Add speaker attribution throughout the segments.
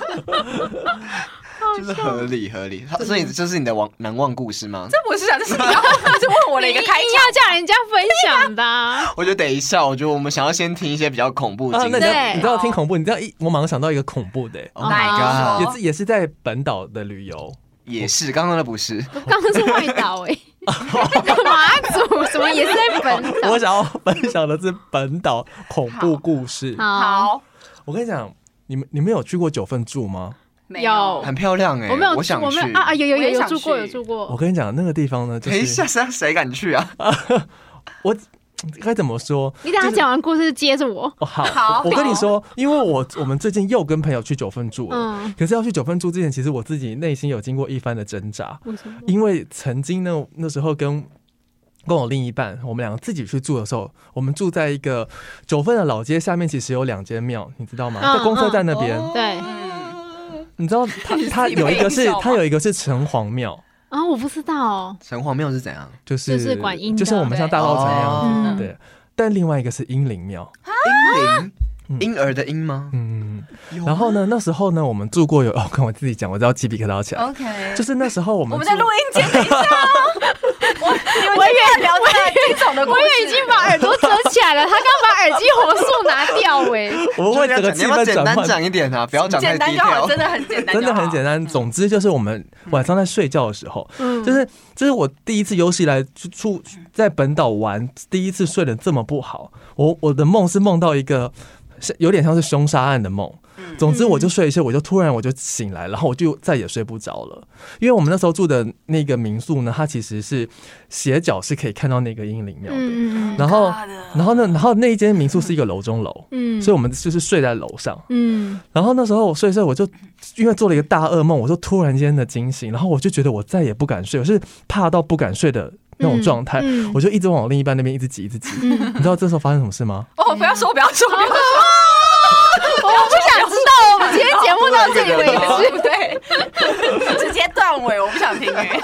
Speaker 1: 就是合理合理。”他所以这是你的王难忘故事吗？
Speaker 2: 这不是啊，这是你要，这是问我的一个开
Speaker 3: 硬
Speaker 2: 场。
Speaker 3: 要叫人家分享的啊。
Speaker 1: 我觉得等一下，我觉得我们想要先听一些比较恐怖的
Speaker 4: 啊，
Speaker 1: 经
Speaker 4: 那
Speaker 1: 历
Speaker 4: 你。
Speaker 3: 对
Speaker 4: 要你知道听恐怖，你知道一我马上想到一个恐怖的欸，
Speaker 1: Oh
Speaker 2: 来
Speaker 1: my god！
Speaker 4: 也是也是在本岛的旅游，
Speaker 1: 也是，刚刚那不是，
Speaker 3: 我刚刚是外岛 哎，马祖什么也是在本岛
Speaker 4: 我。想要分享的是本岛恐怖故事。
Speaker 3: 好，
Speaker 2: 好，
Speaker 4: 我跟你讲，你们你们有去过九份住吗？
Speaker 2: 没
Speaker 3: 有
Speaker 1: 很漂亮哎、
Speaker 3: 我没有，
Speaker 1: 我想
Speaker 3: 我
Speaker 1: 去
Speaker 3: 没。有啊啊，有有
Speaker 2: 我也
Speaker 3: 有有
Speaker 2: 想
Speaker 3: 住过
Speaker 2: 去
Speaker 3: 有住
Speaker 4: 我
Speaker 3: 过，
Speaker 4: 跟你讲，那个地方呢，就
Speaker 1: 等一下，
Speaker 4: 是
Speaker 1: 谁谁敢去啊？
Speaker 4: 该怎么说？
Speaker 3: 你等下讲完故事接着我。
Speaker 4: 哦，好，
Speaker 2: 好
Speaker 4: 我我跟你说，因为我我们最近又跟朋友去九份住了。
Speaker 3: 嗯，
Speaker 4: 可是要去九份住之前，其实我自己内心有经过一番的挣扎，
Speaker 3: 为什么？
Speaker 4: 因为曾经呢那时候跟跟我另一半，我们两个自己去住的时候，我们住在一个九份的老街下面，其实有两间庙，你知道吗？
Speaker 3: 嗯
Speaker 4: 在公车站那边，
Speaker 3: 对，
Speaker 1: 嗯，
Speaker 4: 你知道它它
Speaker 2: 你自己
Speaker 4: 有
Speaker 2: 配
Speaker 4: 一个是
Speaker 2: 音效吗
Speaker 4: 它有一个是城隍庙，
Speaker 3: 啊，我不知道哦。
Speaker 1: 城隍庙是怎样？
Speaker 4: 就是
Speaker 3: 就是管阴的
Speaker 4: 就是我们像大稻埕那
Speaker 3: 对嗯
Speaker 4: 样子，对。但另外一个是英灵庙，
Speaker 1: 婴灵，
Speaker 4: 嗯
Speaker 1: 婴儿的婴吗？
Speaker 4: 啊嗯，
Speaker 1: 有
Speaker 4: 然后呢，那时候呢，我们住过有，哦，看我自己讲，我知道鸡皮疙瘩起来，
Speaker 2: OK，
Speaker 4: 就是那时候我们
Speaker 2: 哦我们在
Speaker 4: 住
Speaker 2: 录音间，等一下哦， 我你们越聊这这种的故
Speaker 3: 我
Speaker 2: 事，
Speaker 3: 以为已经把耳朵遮起来了，他刚把耳机活速拿掉哎、
Speaker 4: 我们会整个
Speaker 1: 你
Speaker 4: 气
Speaker 1: 要不要
Speaker 4: 氛
Speaker 1: 简
Speaker 4: 转
Speaker 1: 单
Speaker 4: 换，
Speaker 1: 讲一点啊，不要讲太
Speaker 2: 简单
Speaker 1: 低
Speaker 2: 就好，
Speaker 1: 调。
Speaker 2: 真的很简单，
Speaker 4: 真的很简
Speaker 2: 单。
Speaker 4: 单。总之就是我们晚上在睡觉的时候，
Speaker 3: 嗯，
Speaker 4: 就是这是我第一次有史以来去出在本岛玩，第一次睡得这么不好。我我的梦是梦到一个是有点像是凶杀案的梦。
Speaker 3: 嗯
Speaker 4: 总之，我就睡一睡，我就突然我就醒来，然后我就再也睡不着了。因为我们那时候住的那个民宿呢，它其实是斜角是可以看到那个阴灵庙的。
Speaker 3: 嗯嗯
Speaker 4: 然后，
Speaker 2: 大的
Speaker 4: 然后呢，然后那一间民宿是一个楼中楼，
Speaker 3: 嗯，
Speaker 4: 所以我们就是睡在楼上。
Speaker 3: 嗯
Speaker 4: 然后那时候我睡一睡，我就因为做了一个大噩梦，我就突然间的惊醒，然后我就觉得我再也不敢睡，我是怕到不敢睡的那种状态，
Speaker 3: 嗯嗯
Speaker 4: 我就一直往我另一半那边一直挤，一直挤。
Speaker 3: 嗯，
Speaker 4: 你知道这时候发生什么事吗？
Speaker 2: 哦，不要说，不要 说，不要说
Speaker 3: 我不想知道，我们今天节目到这里为止，
Speaker 2: 不 对，直接断尾，我不想听哎。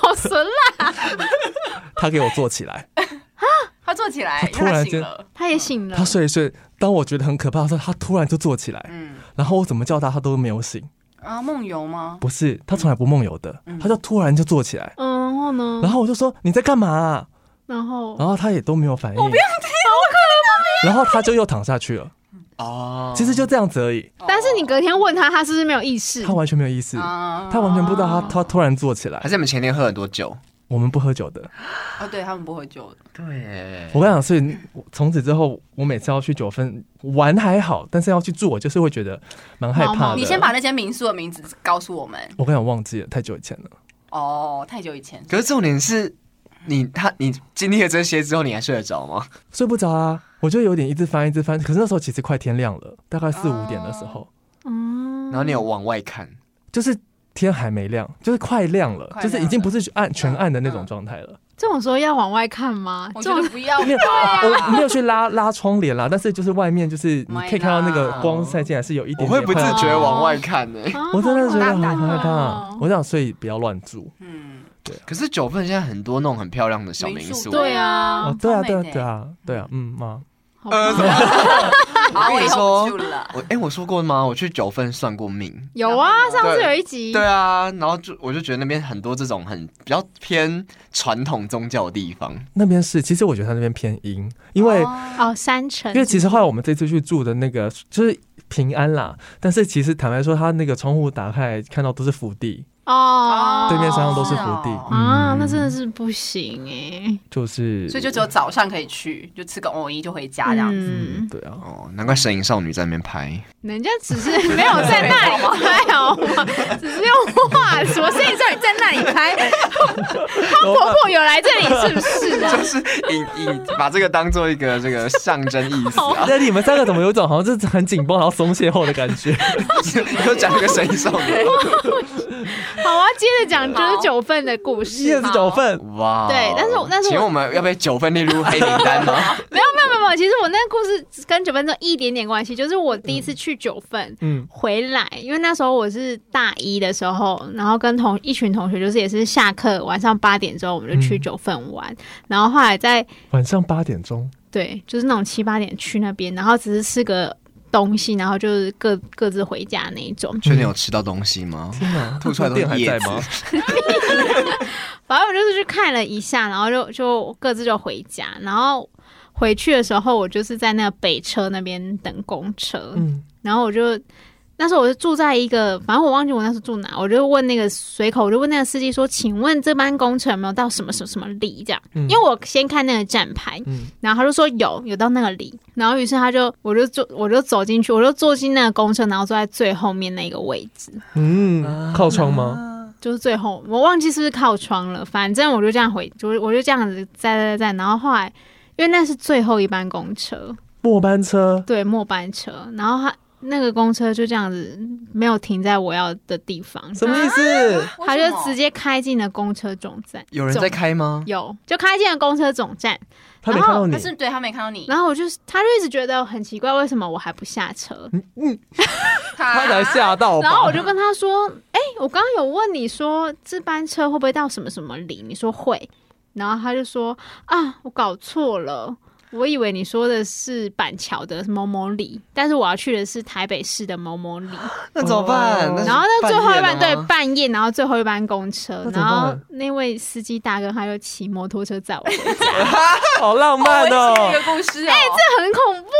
Speaker 3: 好损啦！
Speaker 4: 他给我坐 起来，
Speaker 2: 他坐起来，
Speaker 4: 他
Speaker 2: 因
Speaker 4: 突
Speaker 2: 为他
Speaker 4: 然
Speaker 2: 醒
Speaker 4: 间
Speaker 2: 了，
Speaker 3: 他也醒了，
Speaker 4: 他睡一睡，当我觉得很可怕的时候，他突然就坐起来，
Speaker 2: 嗯，
Speaker 4: 然后我怎么叫他，他都没有醒。
Speaker 2: 啊，梦游吗？
Speaker 4: 不是，他从来不梦游的，他就突然就坐起来，
Speaker 3: 嗯，哦然后呢？
Speaker 4: 然后我就说你在干嘛啊、
Speaker 3: 然后
Speaker 4: 然后他也都没有反应，然后他就又躺下去了。
Speaker 1: 哦，
Speaker 4: 其实就这样子而已，
Speaker 3: 但是你隔天问他，他是不是没有意识
Speaker 4: 他？完全没有意思，
Speaker 2: 啊
Speaker 4: 嗯他完全不知道他他突然坐起来
Speaker 1: 还。是你们前天喝很多酒？
Speaker 4: 我们不喝酒的。
Speaker 2: 哦，对他们不喝酒的，
Speaker 1: 对，
Speaker 4: 我跟你讲，所以从此之后，我每次要去九份玩还好，但是要去住，我就是会觉得蛮害
Speaker 3: 毛毛
Speaker 4: 怕的。
Speaker 2: 你先把那间民宿的名字告诉我们。
Speaker 4: 我跟你讲，忘记了，太久以前了。
Speaker 2: 哦，太久以前，
Speaker 1: 可是重点是你他你经历了这些之后，你还睡得着吗？
Speaker 4: 睡不着啊，我就有点一直翻一直翻。可是那时候其实快天亮了，大概四
Speaker 2: 哦
Speaker 4: 五点的时候，
Speaker 3: 嗯
Speaker 1: 然后你有往外看，
Speaker 4: 就是天还没亮，就是快亮了，
Speaker 2: 快亮了
Speaker 4: 就是已经不是暗全暗的那种状态了。
Speaker 3: 这种时候要往外看吗？
Speaker 2: 我
Speaker 3: 这
Speaker 2: 觉
Speaker 3: 种
Speaker 2: 得不要
Speaker 4: 没有， 我
Speaker 2: 吧。
Speaker 4: 哦没有去拉拉窗帘啦，但是就是外面就是 你可以看到那个光晒进来是有一
Speaker 1: 我
Speaker 4: 点
Speaker 1: 会
Speaker 4: 点
Speaker 1: 不自
Speaker 4: 快
Speaker 1: 觉地往外看欸呢、
Speaker 3: 啊
Speaker 4: 我真的觉得很
Speaker 2: 好大胆
Speaker 4: 害
Speaker 3: 哦
Speaker 4: 怕。我想，所以不要乱住。
Speaker 2: 嗯，
Speaker 1: 可是九份现在很多那种很漂亮的小民宿，
Speaker 3: 对啊
Speaker 4: 哦，对啊，
Speaker 2: 超美
Speaker 4: 对
Speaker 2: 的
Speaker 4: 啊，啊对啊，对啊，嗯嘛，
Speaker 3: 好吧
Speaker 2: 好，
Speaker 1: 我跟你
Speaker 2: 欸我 hold
Speaker 1: 说
Speaker 2: 不住了，
Speaker 1: 我哎、我说过吗？我去九份算过命。
Speaker 3: 有啊，上次有一集
Speaker 1: 对啊，然后就我就觉得那边很多这种很比较偏传统宗教的地方，
Speaker 4: 那边是，其实我觉得他那边偏阴，因为、
Speaker 2: 哦
Speaker 3: 哦，山城，
Speaker 4: 因为其实后来我们这次去住的那个就是平安啦，但是其实坦白说，他那个窗户打开看到都是福地，
Speaker 3: 哦，
Speaker 4: 对面山上都是
Speaker 2: 是
Speaker 4: 福地，
Speaker 2: 哦
Speaker 3: 啊，
Speaker 4: 嗯
Speaker 3: 那真的是不行哎，
Speaker 4: 就是，
Speaker 2: 所以就只有早上可以去，就吃个藕泥就回家这样子。
Speaker 4: 嗯，
Speaker 3: 嗯，
Speaker 4: 对啊，
Speaker 1: 哦，难怪神隐少女在那边拍。
Speaker 3: 人家只是没有在那里拍好吗？只是用画，什么摄影师在那里拍？她婆婆有来这里是不 是啊？
Speaker 1: 就是引引把这个当做一个这个象征意思啊，
Speaker 4: 那你们三个怎么有一种好像是很紧绷然后松懈后的感觉？
Speaker 1: 又讲一个神隐少女，
Speaker 3: 好啊，接着讲就是九份的故事。
Speaker 4: 也是九份，
Speaker 1: 哇！哦
Speaker 3: 对但是我但是我
Speaker 1: 请问我们要被九分列入黑名单 吗？
Speaker 3: 没有没有没有没有，其实我那故事跟九份这一点点关系，就是我第一次去九份。
Speaker 4: 嗯，
Speaker 3: 回来，因为那时候我是大一的时候，然后跟同一群同学，就是也是下课晚上八点之后，我们就去
Speaker 4: 嗯
Speaker 3: 九份玩，然后后来在
Speaker 4: 晚上八点钟，
Speaker 3: 对，就是那种七八点去那边，然后只是吃个东西，然后就是各各自回家那一种。
Speaker 1: 确定有吃到东西吗？
Speaker 4: 天哪，
Speaker 1: 吐出来都是
Speaker 4: 店还在
Speaker 1: 叶子
Speaker 4: 吗？
Speaker 3: 反正我就是去看了一下，然后就就各自就回家，然后回去的时候，我就是在那个北车那边等公车，
Speaker 4: 嗯，
Speaker 3: 然后我就那时候我就住在一个，反正我忘记我那时候住哪，我就问那个随口，我就问那个司机说：“请问这班公车有没有到什么什么什么里？”这样，
Speaker 4: 嗯
Speaker 3: 因为我先看那个站牌，
Speaker 4: 嗯
Speaker 3: 然后他就说有，有到那个里，然后于是他就我就坐我就走进去，我就坐进那个公车，然后坐在最后面那个位置，
Speaker 1: 啊
Speaker 4: 嗯，靠窗吗？
Speaker 3: 就是最后我忘记是不是靠窗了，反正我就这样回，就我就这样子在在在，然后后来因为那是最后一班公车，
Speaker 4: 末班车，
Speaker 3: 对末班车，然后他那个公车就这样子没有停在我要的地方，
Speaker 4: 什么意思？
Speaker 1: 啊
Speaker 3: 他就直
Speaker 2: 接
Speaker 3: 接开进了公车总站，
Speaker 1: 有人在开吗？
Speaker 3: 有就开进了公车总站，
Speaker 4: 他没看哦到你
Speaker 2: 他，是对他没看到你，
Speaker 3: 然后我就他就一直觉得很奇怪，为什么我还不下车？
Speaker 4: 他
Speaker 1: 啊
Speaker 4: 才吓嗯到吧？
Speaker 3: 然后我就跟他说：“哎、我刚刚有问你说这班车会不会到什么什么里？你说会，然后他就说啊，我搞错了。”我以为你说的是板桥的某某里，但是我要去的是台北市的某某里。
Speaker 1: 那怎么办？
Speaker 4: 哦
Speaker 1: 是
Speaker 3: 然后那最后一班
Speaker 1: 半夜
Speaker 3: 对
Speaker 1: 了吗
Speaker 3: 半夜，然后最后一班公车
Speaker 4: 那，怎
Speaker 3: 然
Speaker 4: 么
Speaker 3: 后
Speaker 4: 办
Speaker 3: 那位司机大哥他就骑摩托车 载我，这
Speaker 4: 好浪漫
Speaker 2: 这
Speaker 4: 哦
Speaker 2: 一。个故事，哎，这
Speaker 3: 很恐怖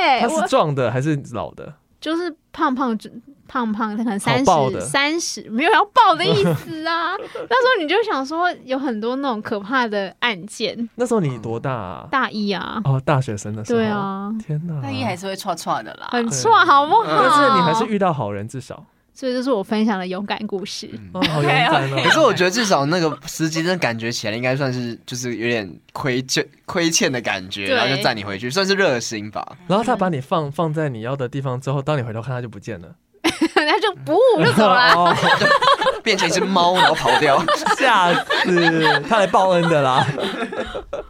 Speaker 3: 哎、
Speaker 4: 他
Speaker 3: 我
Speaker 4: 是壮的还是老的？
Speaker 3: 就是胖胖就胖胖，他可能
Speaker 4: 好
Speaker 3: 三
Speaker 4: 抱的
Speaker 3: 十三十，没有要爆的意思 啊。那时候你就想说，有很多那种可怕的案件，
Speaker 4: 那时候你多大啊？
Speaker 3: 大意啊，
Speaker 1: 嗯
Speaker 4: 哦，大学生的时候。
Speaker 3: 对。啊，
Speaker 4: 天哪！
Speaker 2: 大一还是会串串的啦。
Speaker 3: 很错，好不好？
Speaker 1: 啊
Speaker 4: 但是你还是遇到好人，至少。
Speaker 3: 所以这是我分享的勇敢故事。
Speaker 4: 哦，好勇敢
Speaker 1: 嗯 可
Speaker 4: 哦！
Speaker 1: 是我觉得至少那个司机，真的感觉起来应该算是就是有点亏欠亏欠的感觉，
Speaker 3: 对
Speaker 1: 然后就载你回去，算是热心吧。
Speaker 4: 然后他把你放放在你要的地方之后，当你回头看，他就不 见了。嗯
Speaker 3: 他就不就走了。
Speaker 4: 哦，
Speaker 1: 变成一只猫，然后跑 掉，
Speaker 4: 吓死！他来报恩的 啦，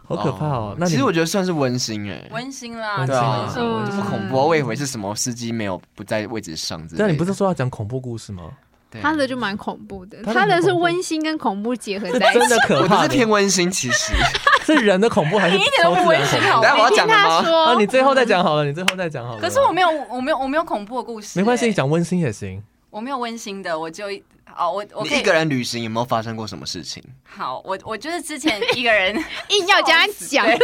Speaker 4: 好可怕哦！那你
Speaker 1: 其实我觉得算是温馨哎、
Speaker 2: 温馨啦，
Speaker 4: 温
Speaker 1: 对
Speaker 4: 馨
Speaker 2: 温
Speaker 1: 啊，
Speaker 2: 馨
Speaker 3: 嗯
Speaker 1: 就不恐怖啊。我以为是什么司机没有不在位置上之类的。
Speaker 4: 但你不是说要讲恐怖故事吗？
Speaker 1: 对啊
Speaker 3: 他的就蛮恐怖的，
Speaker 4: 哎他的
Speaker 3: 他的
Speaker 4: 很
Speaker 3: 是
Speaker 4: 恐怖
Speaker 3: 温馨跟恐怖结合
Speaker 4: 是
Speaker 3: 在一起
Speaker 4: 真。的可
Speaker 1: 我
Speaker 4: 怕
Speaker 1: 只
Speaker 4: 的，
Speaker 1: 是偏温馨，其 实。
Speaker 4: 是人的恐怖还是
Speaker 2: 你一点都不温馨
Speaker 1: 等
Speaker 2: 好
Speaker 1: 一
Speaker 2: 不
Speaker 1: 下
Speaker 2: 好？
Speaker 1: 我要
Speaker 3: 听
Speaker 1: 讲了
Speaker 3: 他
Speaker 1: 吗？
Speaker 4: 啊！
Speaker 3: 说，
Speaker 4: 你最后再讲好了，你最后再讲好了。
Speaker 2: 可是我没有，我没有，我没有恐怖的故事、
Speaker 4: 没关系，
Speaker 2: 欸
Speaker 4: 你，讲温馨也行。
Speaker 2: 我没有温馨的，我就一哦，我我
Speaker 1: 你
Speaker 2: 可以
Speaker 1: 一个人旅行有没有发生过什么事情？
Speaker 2: 好，我我就是之前一个人，
Speaker 3: 硬要加讲，
Speaker 2: 对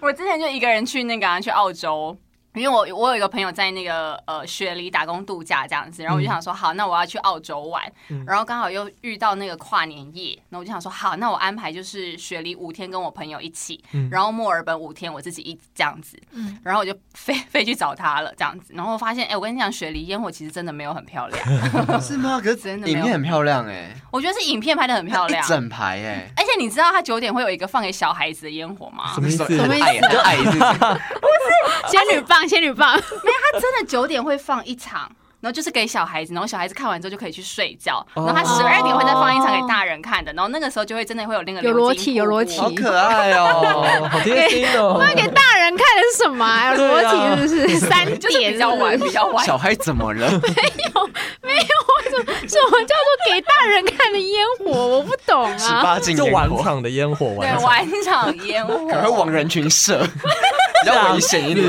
Speaker 2: 我之前就一个人去那个、啊、去澳洲。因为我我有一个朋友在那个呃雪梨打工度假这样子，然后我就想说好，那我要去澳洲玩，
Speaker 4: 嗯
Speaker 2: 然后刚好又遇到那个跨年夜，然后我就想说好，那我安排就是雪梨五天跟我朋友一起，
Speaker 4: 嗯
Speaker 2: 然后墨尔本五天我自己一这样子，
Speaker 3: 嗯
Speaker 2: 然后我就飞飞去找他了这样子，然后我发现哎、我跟你讲雪梨烟火其实真的没有很漂亮，
Speaker 1: 是吗？可
Speaker 2: 真的没有
Speaker 1: 影片很漂亮哎，
Speaker 2: 我觉得是影片拍的很漂亮
Speaker 1: 一，整排哎。
Speaker 2: 而且你知道他九点会有一个放给小孩子的烟火吗
Speaker 4: 什？么意思？
Speaker 3: 么意思啊
Speaker 1: 爱就爱自己，
Speaker 3: 仙女棒，仙女棒，
Speaker 2: 他真的九点会放一场。然后就是给小孩子，然后小孩子看完之后就可以去睡觉。然
Speaker 4: 哦
Speaker 2: 后他十二点会再放一场给大人看的。然后那个时候就会真的会有那个
Speaker 3: 有裸体
Speaker 2: 流
Speaker 3: 有裸
Speaker 2: 金瀑布
Speaker 1: 好可爱哦。
Speaker 4: 哦，好贴心哦！
Speaker 3: 那给 大人看的是什么啊？
Speaker 4: 对
Speaker 3: 裸
Speaker 4: 啊
Speaker 3: 体是不是？三点
Speaker 2: 就是比较晚，
Speaker 3: 是不
Speaker 2: 比较晚。
Speaker 1: 小孩怎么了？
Speaker 3: 是什么叫做给大人看的烟火？我不懂
Speaker 1: 十
Speaker 3: 啊。
Speaker 1: 八禁
Speaker 4: 就
Speaker 1: 烟
Speaker 4: 晚
Speaker 1: 火，
Speaker 4: 场的烟火，晚
Speaker 2: 对，
Speaker 4: 场
Speaker 2: 晚场烟火，
Speaker 1: 可能会往人群射，比较危险一点，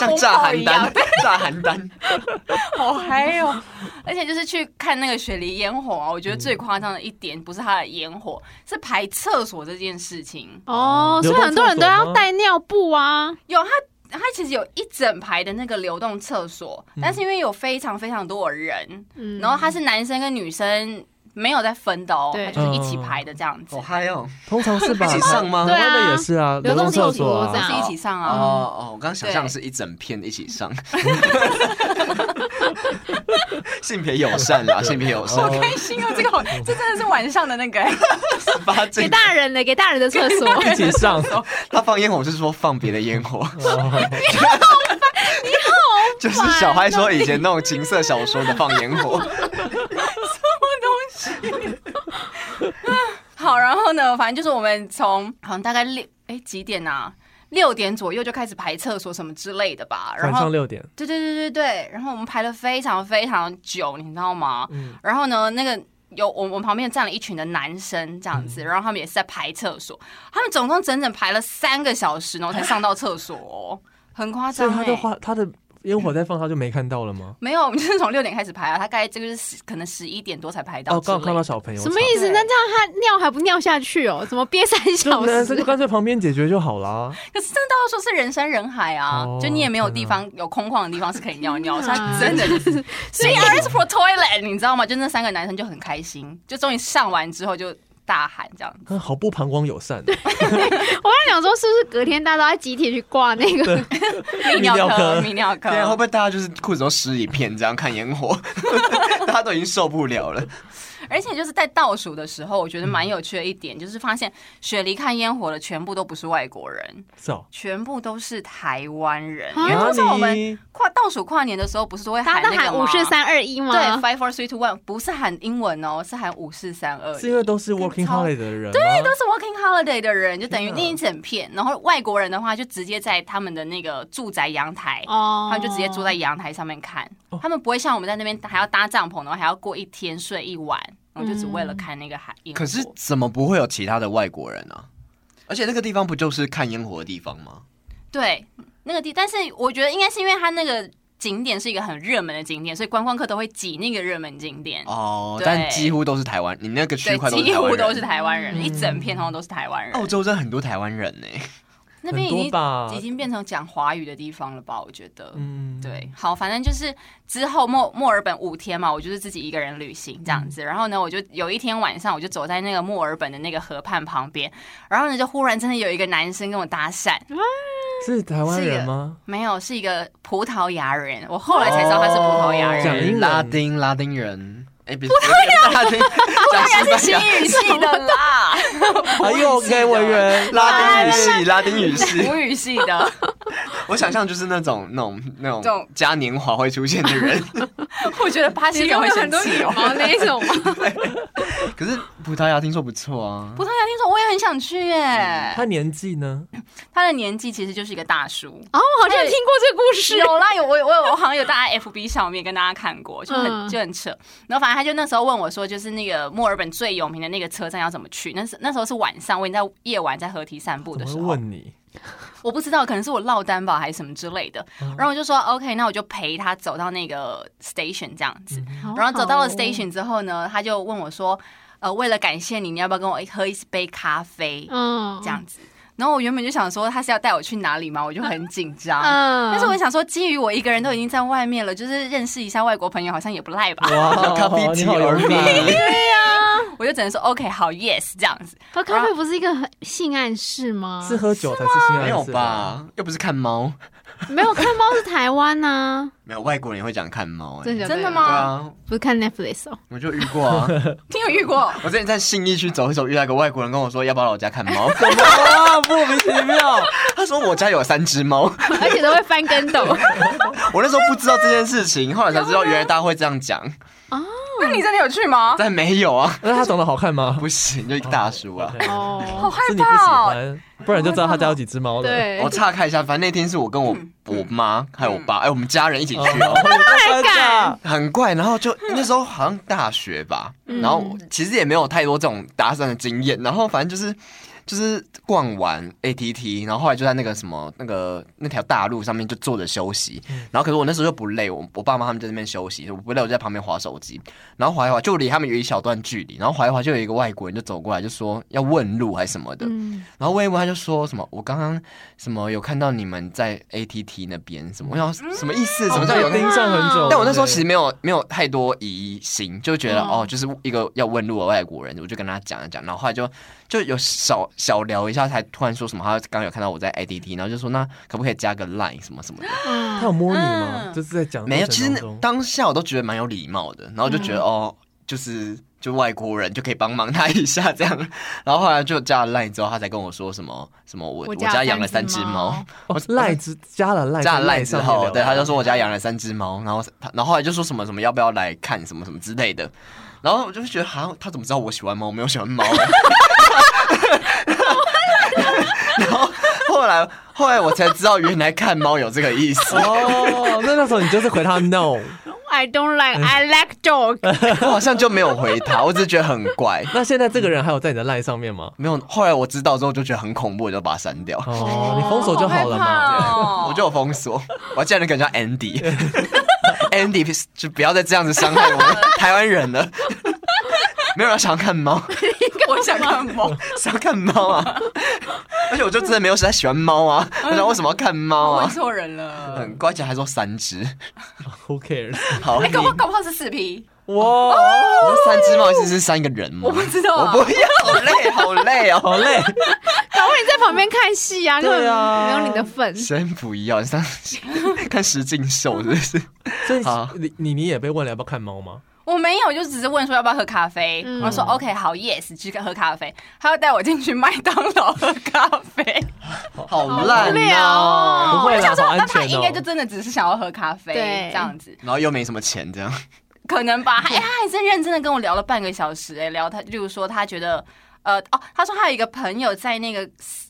Speaker 1: 像炸邯
Speaker 2: 像红
Speaker 1: 郸，炸邯郸。
Speaker 2: 好嗨哦！而且就是去看那个雪梨烟火啊，我觉得最夸张的一点不是它的烟火，是排厕所这件事情。
Speaker 3: 哦，所以很多人都要带尿布啊。
Speaker 2: 有它，它其实有一整排的那个流动厕所，但是因为有非常非常多的人，
Speaker 3: 嗯，
Speaker 2: 然后它是男生跟女生没有在分的哦，
Speaker 3: 对
Speaker 2: 它就是一起排的这样子，
Speaker 1: 好嗨哦！
Speaker 4: 通常 是吧？
Speaker 1: 一起上吗
Speaker 4: 台湾
Speaker 3: 对
Speaker 4: 的
Speaker 3: 啊
Speaker 4: 也是啊，
Speaker 3: 流
Speaker 4: 流
Speaker 3: 动
Speaker 4: 动
Speaker 3: 厕
Speaker 4: 厕
Speaker 3: 所
Speaker 4: 所
Speaker 3: 这
Speaker 4: 啊
Speaker 3: 样。
Speaker 2: 是一起上
Speaker 1: 哦
Speaker 2: 啊。
Speaker 1: 哦，我刚想象是一整片一起上，性别友善啦，性别友善，
Speaker 4: 哦
Speaker 2: 开心哦，这个好，这真的是晚上的那个、欸
Speaker 1: 十八
Speaker 3: 给
Speaker 1: 禁。
Speaker 3: 大人的，给大人的厕所。
Speaker 4: 一起上，
Speaker 1: 他放烟火是说放别的烟火，
Speaker 4: 哦
Speaker 1: 就是小孩说以前那种情色小说的放烟火。
Speaker 2: 好，然后呢，反正就是我们从好像大概六哎几点啊？六点左右就开始排厕所什么之类的吧，然
Speaker 4: 晚上
Speaker 2: 后
Speaker 4: 六点，
Speaker 2: 对对对对对，然后我们排了非常非常久，你知道吗？
Speaker 4: 嗯
Speaker 2: 然后呢，那个有我我们旁边站了一群的男生这样子，
Speaker 4: 嗯
Speaker 2: 然后他们也是在排厕所，他们总共整整排了三个小时，然后才上到厕所、哦，很夸
Speaker 4: 所以
Speaker 2: 张、
Speaker 4: 他
Speaker 2: 欸。
Speaker 4: 的话，他的烟火在放，他就没看到 了吗？
Speaker 2: 没有，我们就是从六点开始排啊，他大概这个是十可能十一点多才排到
Speaker 4: 哦，
Speaker 2: 之类
Speaker 4: 刚
Speaker 2: 的。
Speaker 4: 好看到小朋 友
Speaker 3: 什
Speaker 4: 场，
Speaker 3: 么意思？
Speaker 2: 对
Speaker 3: 那这样他尿还不尿下去哦？怎么憋三小
Speaker 4: 就男
Speaker 3: 时
Speaker 4: 生就？干脆旁边解决就好啊啦。
Speaker 2: 可是真的到处是人山人海啊，
Speaker 4: 哦
Speaker 2: 就你也没有地方有空旷的地方是可以尿 尿，
Speaker 3: 天
Speaker 2: 所以
Speaker 3: 哪
Speaker 2: 他真的就是，three hours for toilet，你知道吗？就那三个男生就很开心，就终于上完之后就大喊这 样。
Speaker 4: 啊好不膀胱友善，
Speaker 3: 我在想说，是不是隔天大家都要集体去挂那个？
Speaker 2: 泌 尿
Speaker 4: 尿
Speaker 2: 科，
Speaker 4: 科
Speaker 2: 泌尿科
Speaker 1: 对，啊，会不会大家就是裤子都湿一片，这样看烟 火，大家都已经受不了了？
Speaker 2: 而且就是在倒数的时候，我觉得蛮有趣的一点，就是发现雪梨看烟火的全部都不是外国人，
Speaker 4: 是哦。
Speaker 2: 全部都是台湾人。因
Speaker 3: 啊
Speaker 2: 为通常我
Speaker 4: 哪
Speaker 2: 们
Speaker 4: 里？
Speaker 2: 跨倒数跨年的时候，不是都会
Speaker 3: 大
Speaker 2: 喊
Speaker 3: 家都
Speaker 2: 那个
Speaker 3: 喊
Speaker 2: 吗
Speaker 3: 五四，三二一吗？
Speaker 2: 对，five four three two one，不是喊英文哦，是喊五四三二。
Speaker 4: 是因为都是 working
Speaker 2: 呃超
Speaker 4: holiday 的人，对，
Speaker 2: 都是 working holiday 的人，就等于
Speaker 4: 天
Speaker 2: 那
Speaker 4: 哪
Speaker 2: 一整片。然后外国人的话，就直接在他们的那个住宅阳台，
Speaker 3: 哦
Speaker 2: 他们就直接坐在阳台上面看。
Speaker 4: 哦
Speaker 2: 他们不会像我们在那边还要搭帐篷，然后还要过一天睡一晚，然后就只为了看那个海。烟火
Speaker 1: 可是怎么不会有其他的外国人啊？而且那个地方不就是看烟火的地方吗？
Speaker 2: 对那个地，但是我觉得应该是因为它那个景点是一个很热门的景点，所以观光客都会挤那个热门景点。
Speaker 1: 哦，
Speaker 2: 对
Speaker 1: 但几乎都是台湾，你那个区
Speaker 2: 对
Speaker 1: 块，都是
Speaker 2: 几
Speaker 1: 台湾
Speaker 2: 乎
Speaker 1: 人
Speaker 4: 嗯
Speaker 2: 都是台湾人，一整片通通都是台湾人。
Speaker 1: 澳洲真的很多台湾人呢、
Speaker 2: 那边已
Speaker 4: 哦很
Speaker 2: 经
Speaker 4: 多吧
Speaker 2: 已经变成讲华语的地方了吧？我觉得，
Speaker 4: 嗯，
Speaker 2: 对，好，反正就是之后墨墨尔本五天嘛，我就是自己一个人旅行这样子。
Speaker 4: 嗯
Speaker 2: 然后呢，我就有一天晚上，我就走在那个墨尔本的那个河畔旁边，然后呢，就忽然真的有一个男生跟我搭讪，
Speaker 4: 是台湾人吗？
Speaker 2: 没有，是一个葡萄牙人。我后来才知道他是葡萄牙
Speaker 4: 哦讲
Speaker 2: 人，
Speaker 4: 英文
Speaker 1: 哦拉丁拉丁人，哎， 不是拉丁，讲西班
Speaker 2: 西
Speaker 1: 牙
Speaker 2: 语系的啊 啦，
Speaker 4: 哎呦，OK，委员，
Speaker 1: 拉丁语 系，拉丁语系
Speaker 2: 葡。语系的。
Speaker 1: 我想象就是那种那种那
Speaker 2: 这种
Speaker 1: 种嘉年华会出现的人，
Speaker 2: 我觉得巴西
Speaker 3: 你
Speaker 2: 人
Speaker 3: 有
Speaker 2: 会
Speaker 3: 很
Speaker 2: 生
Speaker 3: 多
Speaker 2: 气
Speaker 3: 羽
Speaker 2: 哦。
Speaker 3: 毛那一种吗？
Speaker 1: 可是葡萄牙听说不错啊
Speaker 2: 葡。萄牙听说我也很想去耶，
Speaker 4: 他年纪呢？
Speaker 2: 他的年纪其实就是一个大叔。
Speaker 3: 哦，我好像听过这个故事。
Speaker 2: 有啦，有我有我有我好像有大家 FB 上面跟大家看过，就很
Speaker 3: 嗯
Speaker 2: 就很扯。然后反正他就那时候问我说，就是那个墨尔本最有名的那个车站要怎么去？那时那时候是晚上，我已经在夜晚在河堤散步
Speaker 4: 我
Speaker 2: 的
Speaker 4: 会
Speaker 2: 时候，
Speaker 4: 问你，
Speaker 2: 我不知道可能是我落单吧还是什么之类的。然后我就说 OK，那我就陪他走到那个 station 这样子。
Speaker 3: 哦
Speaker 2: 然后走到了 station 之后呢，他就问我说，呃，为了感谢你，你要不要跟我一喝一杯咖啡？
Speaker 3: 嗯，
Speaker 2: 这样子。然后我原本就想说他是要带我去哪里嘛，我就 很紧张。
Speaker 3: 嗯，
Speaker 2: 但是我想说，基于我一个人都已经在外面了，就是认识一下外国朋友好像也不赖吧，
Speaker 4: 哇
Speaker 1: 咖啡
Speaker 4: 你
Speaker 1: 机
Speaker 4: 好
Speaker 1: 而
Speaker 4: 有
Speaker 1: 已
Speaker 4: 才，
Speaker 3: 嗯
Speaker 2: 我就只能说 OK 好 Yes 这样子。
Speaker 3: 喝咖啡不是一个很性暗示吗？
Speaker 4: 是喝酒才是性暗示，
Speaker 1: 没有？吧？又不是看猫，
Speaker 3: 没有看猫是台湾呐，
Speaker 1: 没有外国人也会讲看猫哎。
Speaker 3: 真
Speaker 1: 对
Speaker 3: 的
Speaker 2: 真的吗
Speaker 1: 啊，
Speaker 3: 不是看 Netflix 哦，
Speaker 1: 我就遇过 啊。
Speaker 2: 你有遇
Speaker 3: 嗯
Speaker 2: 过？
Speaker 1: 我之前在信义区走一走，遇到一个外国人跟我说要不要来我家看 猫，
Speaker 4: 哇，莫名其妙，
Speaker 1: 他说我家有三只猫，
Speaker 3: 而且都会翻跟斗。
Speaker 1: 我那时候不知道这件事情，后来才知道原来大家会这样讲，
Speaker 2: 那你真的有去吗？
Speaker 1: 但没有啊，
Speaker 4: 那他长得好看吗？
Speaker 1: 不行，就一个大叔啊。
Speaker 4: 好
Speaker 3: 哦，
Speaker 4: 害是你不喜欢，不然就知道他家有几只猫了。
Speaker 3: 对
Speaker 1: 我，岔开一下，反正那天是我跟我我妈还有我爸，哎，我们家人一起
Speaker 4: 哦，
Speaker 1: 去哦，
Speaker 4: 还
Speaker 3: 敢
Speaker 1: 很怪。然后就那时候好像大学吧，
Speaker 3: 嗯
Speaker 1: 然后其实也没有太多这种搭讪的经验，然后反正就是。就是逛完 ATT，然后后来就在那个什么那个那条大路上面就坐着休息，然后可是我那时候又不累，我我爸妈他们在那边休息，我不累，我就在旁边划手机，然后划一划就离他们有一小段距离，然后划一划就有一个外国人就走过来就说要问路还是什么的，
Speaker 3: 嗯，
Speaker 1: 然后问一问，他就说什么我刚刚什么有看到你们在 ATT 那边什么，我想说什么意
Speaker 3: 哦
Speaker 1: 思？什么叫有
Speaker 4: 盯？上很久？
Speaker 1: 但我那时候其实没有没有太多疑心，就觉得
Speaker 4: 嗯
Speaker 3: 哦
Speaker 1: 哦，就是一个要问路的外国人，我就跟他讲一讲，然后后来就就有小小聊一下，才突然说什么他刚刚有看到我在 ATT，然后就说那可不可以加个 Line 什么什么的？
Speaker 4: 他有摸你吗？
Speaker 2: 嗯
Speaker 4: 就是在讲的
Speaker 1: 没有，
Speaker 4: 啊过
Speaker 1: 其
Speaker 4: 程
Speaker 1: 实那
Speaker 4: 当中嗯
Speaker 1: 当下我都觉得蛮有礼貌的，然后就觉得、哦，就是就外国人就可以帮忙他一下这样， 然后后来就加了 line 之后，他才跟我说什么什么我我
Speaker 3: 家
Speaker 1: 家
Speaker 3: 有
Speaker 1: 养了三
Speaker 3: 只
Speaker 1: 只猫，，
Speaker 4: 哦赖之加了赖
Speaker 1: 加了 line
Speaker 4: 赖
Speaker 1: 之
Speaker 4: 上面
Speaker 1: 后
Speaker 4: 聊，
Speaker 1: 对他就说我家养了三只猫，然后他然后后来就说什么什么要不要来看什么什么之类的，然后我就觉得好像他怎么知道我喜欢猫，我没有喜欢猫、啊 然后后来后来我才知道原来看猫有这个意思。
Speaker 4: 哦，那那时候你就是回他 no，
Speaker 3: I don't like, I like dog。
Speaker 1: 我好像就没有回他，我只是觉得很怪。
Speaker 4: 那现在这个人还有在你的赖上面吗？
Speaker 1: 没有，后来我知道之后就觉得很恐怖，我就把它删掉。
Speaker 4: 哦，你封锁就好了嘛。
Speaker 2: 嘛
Speaker 1: 我就有封锁，我还叫人感叫 Andy。Andy 就不要再这样子伤害我们台湾人了。 没有人想要看猫，
Speaker 2: 我想看 猫，
Speaker 1: 想要看猫 啊！而且我就真的没有实在喜欢猫啊，我
Speaker 2: 哎
Speaker 1: 想为什么要看猫
Speaker 2: 问
Speaker 1: 啊？
Speaker 2: 错人了。
Speaker 1: 很乖，而且还说三只，
Speaker 4: Who cares？
Speaker 1: 好
Speaker 2: 哎，
Speaker 1: 你
Speaker 2: 搞不好搞不好是四 P，
Speaker 4: 哇，
Speaker 1: 那三只猫意思是三个人吗？
Speaker 2: 我不知道
Speaker 1: 我
Speaker 2: 啊
Speaker 1: 不要，好累，好累 哦。
Speaker 4: 好累，
Speaker 3: 搞不好你在旁边看戏啊，根本
Speaker 4: 对啊
Speaker 3: 没有你的份。
Speaker 1: 先不要，你上 看石敬秀是不是？
Speaker 4: 所以
Speaker 1: 好
Speaker 4: 你你你也被问了要不要看猫吗？
Speaker 2: 我没有，我就只是问说要不要喝咖啡，
Speaker 3: 嗯
Speaker 2: 我说 OK 好 Yes 去喝咖啡，他要带我进去麦当劳喝咖 啡。
Speaker 1: 好
Speaker 3: 好无
Speaker 2: 啊
Speaker 1: 烂
Speaker 3: 聊
Speaker 1: 哦。
Speaker 4: 不会
Speaker 2: 我
Speaker 4: 啦，
Speaker 2: 想
Speaker 4: 好
Speaker 2: 说，
Speaker 4: 安
Speaker 2: 那他
Speaker 4: 全
Speaker 2: 应该就
Speaker 4: 哦。
Speaker 2: 真的只是想要喝咖啡
Speaker 3: 对
Speaker 2: 这样子，
Speaker 1: 然后又没什么钱，这样
Speaker 2: 可能 吧。哎、他还真认真的跟我聊了半个小时、哎，聊他，例如说他觉得。呃哦，他说他有一个朋友在那个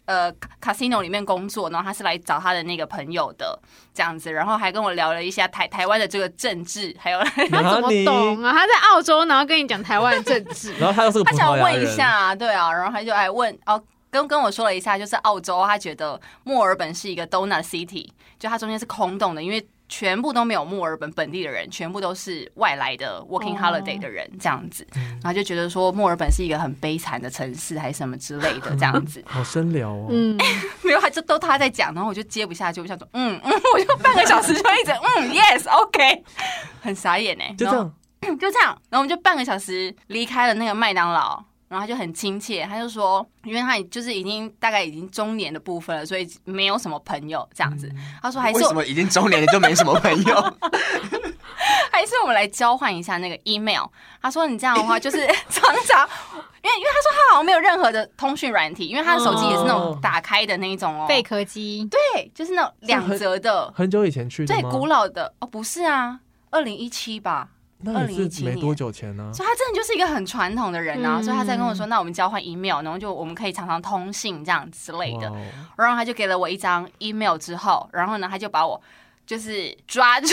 Speaker 2: 呃 casino 里面工作，然后他是来找他的那个朋友的这样子，然后还跟我聊了一下台台湾的这个政治，还有
Speaker 3: 他
Speaker 4: 然
Speaker 3: 怎
Speaker 4: 后
Speaker 3: 么
Speaker 4: 你，
Speaker 3: 懂啊？他在澳洲，然后跟你讲台湾政 治，
Speaker 4: 然后他又是个
Speaker 2: 他
Speaker 4: 葡
Speaker 2: 想
Speaker 4: 萄牙
Speaker 2: 问一
Speaker 4: 人，
Speaker 2: 下、啊，对啊，然后他就来问哦，跟跟我说了一下，就是澳洲，他觉得墨尔本是一个 donut city，就它中间是空洞的，因为。全部都没有墨尔本本地的人，全部都是外来的 working
Speaker 3: 哦
Speaker 2: holiday 的人这样子，
Speaker 4: 嗯
Speaker 2: 然后就觉得说墨尔本是一个很悲惨的城市还是什么之类的这样 子，
Speaker 4: 好深聊哦。
Speaker 3: 嗯，
Speaker 2: 没有，他啊就都他在讲，然后我就接不下去，我想说，嗯嗯，我就半个小时就一直嗯 yes OK，很傻眼哎、
Speaker 4: 就这样，
Speaker 2: 就这样，然后我们就半个小时离开了那个麦当劳，然后他就很亲切，他就说，因为他就是已经大概已经中年的部分了，所以没有什么朋友这样子。
Speaker 4: 嗯
Speaker 2: 他说还是
Speaker 1: 为什么已经中年了就没什 么朋友？
Speaker 2: 还是我们来交换一下那个 email。他说你这样的话就是 常常。因为因为他说他好像没有任何的通讯软体，因为他的手机也是那种
Speaker 4: 哦
Speaker 2: 打开的那一
Speaker 4: 嗯
Speaker 2: 种 哦，
Speaker 3: 贝壳机，
Speaker 2: 对，就是那种两折的，
Speaker 4: 很久以前去的
Speaker 2: 对，
Speaker 4: 吗？
Speaker 2: 古老的哦，不是啊，二零一七吧，
Speaker 4: 那也是
Speaker 2: 2017
Speaker 4: 没
Speaker 2: 年
Speaker 4: 多久前啊呢、
Speaker 2: 所以他真的就是一个很传统的人啊，
Speaker 3: 嗯
Speaker 2: 所以他在跟我说，那我们交换 email，然后就我们可以常常通信这样之类的
Speaker 4: 哇，哦
Speaker 2: 然后他就给了我一张 email 之后，然后呢，他就把我就是抓住，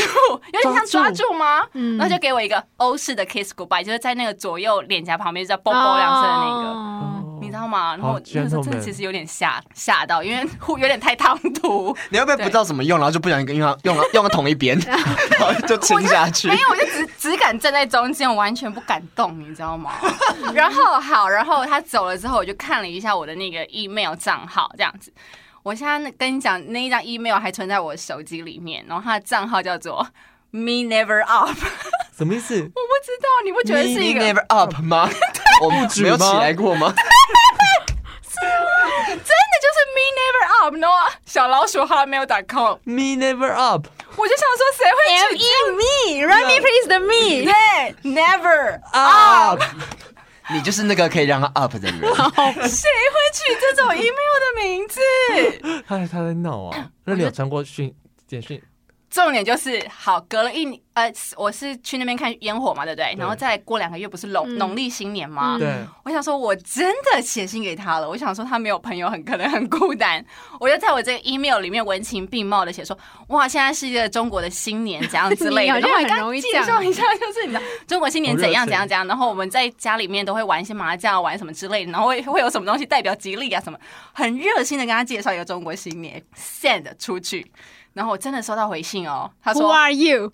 Speaker 2: 有点像抓住吗？
Speaker 3: 嗯，
Speaker 2: 然后就给我一个欧式的 kiss goodbye，就是在那个左右脸颊旁边，就在啵
Speaker 3: 哦
Speaker 2: 啵两声的那个。
Speaker 3: 个，
Speaker 4: 哦
Speaker 2: 嗯你知道吗？然后
Speaker 4: 好
Speaker 2: 我那个时候真的
Speaker 4: gentleman
Speaker 2: 其实有点吓吓到，因为有点太唐突。
Speaker 1: 你会不会不知道怎么用，然后就不小心跟用到用到用到同一边， 然后就亲下去
Speaker 2: 没？有，我就只只敢站在中间，我完全不敢动，你知道吗？ 然后好，然后他走了之后，我就看了一下我的那个 email 账号，这样子。我现在那跟你讲，那一张 email 还存在我手机里面，然后他的账号叫做 Me Never Up。我不
Speaker 4: 什么意思？
Speaker 2: 知道，你不觉得是一
Speaker 1: Me
Speaker 2: 个
Speaker 1: never up 吗？我们
Speaker 4: 止
Speaker 1: 没有起
Speaker 4: 吗
Speaker 1: 来过吗？
Speaker 2: 那就是 Me Never Up，然后小老鼠 hotmail.com，
Speaker 4: Me never up，
Speaker 2: 我就想说谁会
Speaker 3: M
Speaker 2: 去
Speaker 3: E me run me please the me，
Speaker 2: 对 Never
Speaker 4: Up
Speaker 2: Up，
Speaker 1: 你就是那个可以让他 up 的人。
Speaker 2: 谁会取这种 email 的名字？
Speaker 4: 他他在闹啊！那你有传过讯简讯？
Speaker 2: 重点就是，好，隔了一年，呃，我是去那边看烟火嘛，对不对？然后再过两个月不是农
Speaker 3: 嗯
Speaker 2: 农历新年嘛，
Speaker 3: 嗯
Speaker 4: 对，
Speaker 2: 我想说，我真的写信给他了。我想说，他没有朋友，很可能很孤单。我就在我这个 email 里面文情并茂的写说，哇，现在是一个中国的新年怎样之类 的。
Speaker 3: 你好像
Speaker 2: 然后我
Speaker 3: 很
Speaker 2: 刚
Speaker 3: 容易
Speaker 2: 介
Speaker 3: 这样
Speaker 2: 绍一下，就是你知道中国新年怎样
Speaker 4: 好热情
Speaker 2: 怎样怎样。然后我们在家里面都会玩一些麻将，啊玩什么之类的，然后会会有什么东西代表吉利啊什么，很热心的跟他介绍一个中国新年，send 出去。然后我真的收到回信哦，他
Speaker 3: ，Who
Speaker 2: 说
Speaker 3: are you？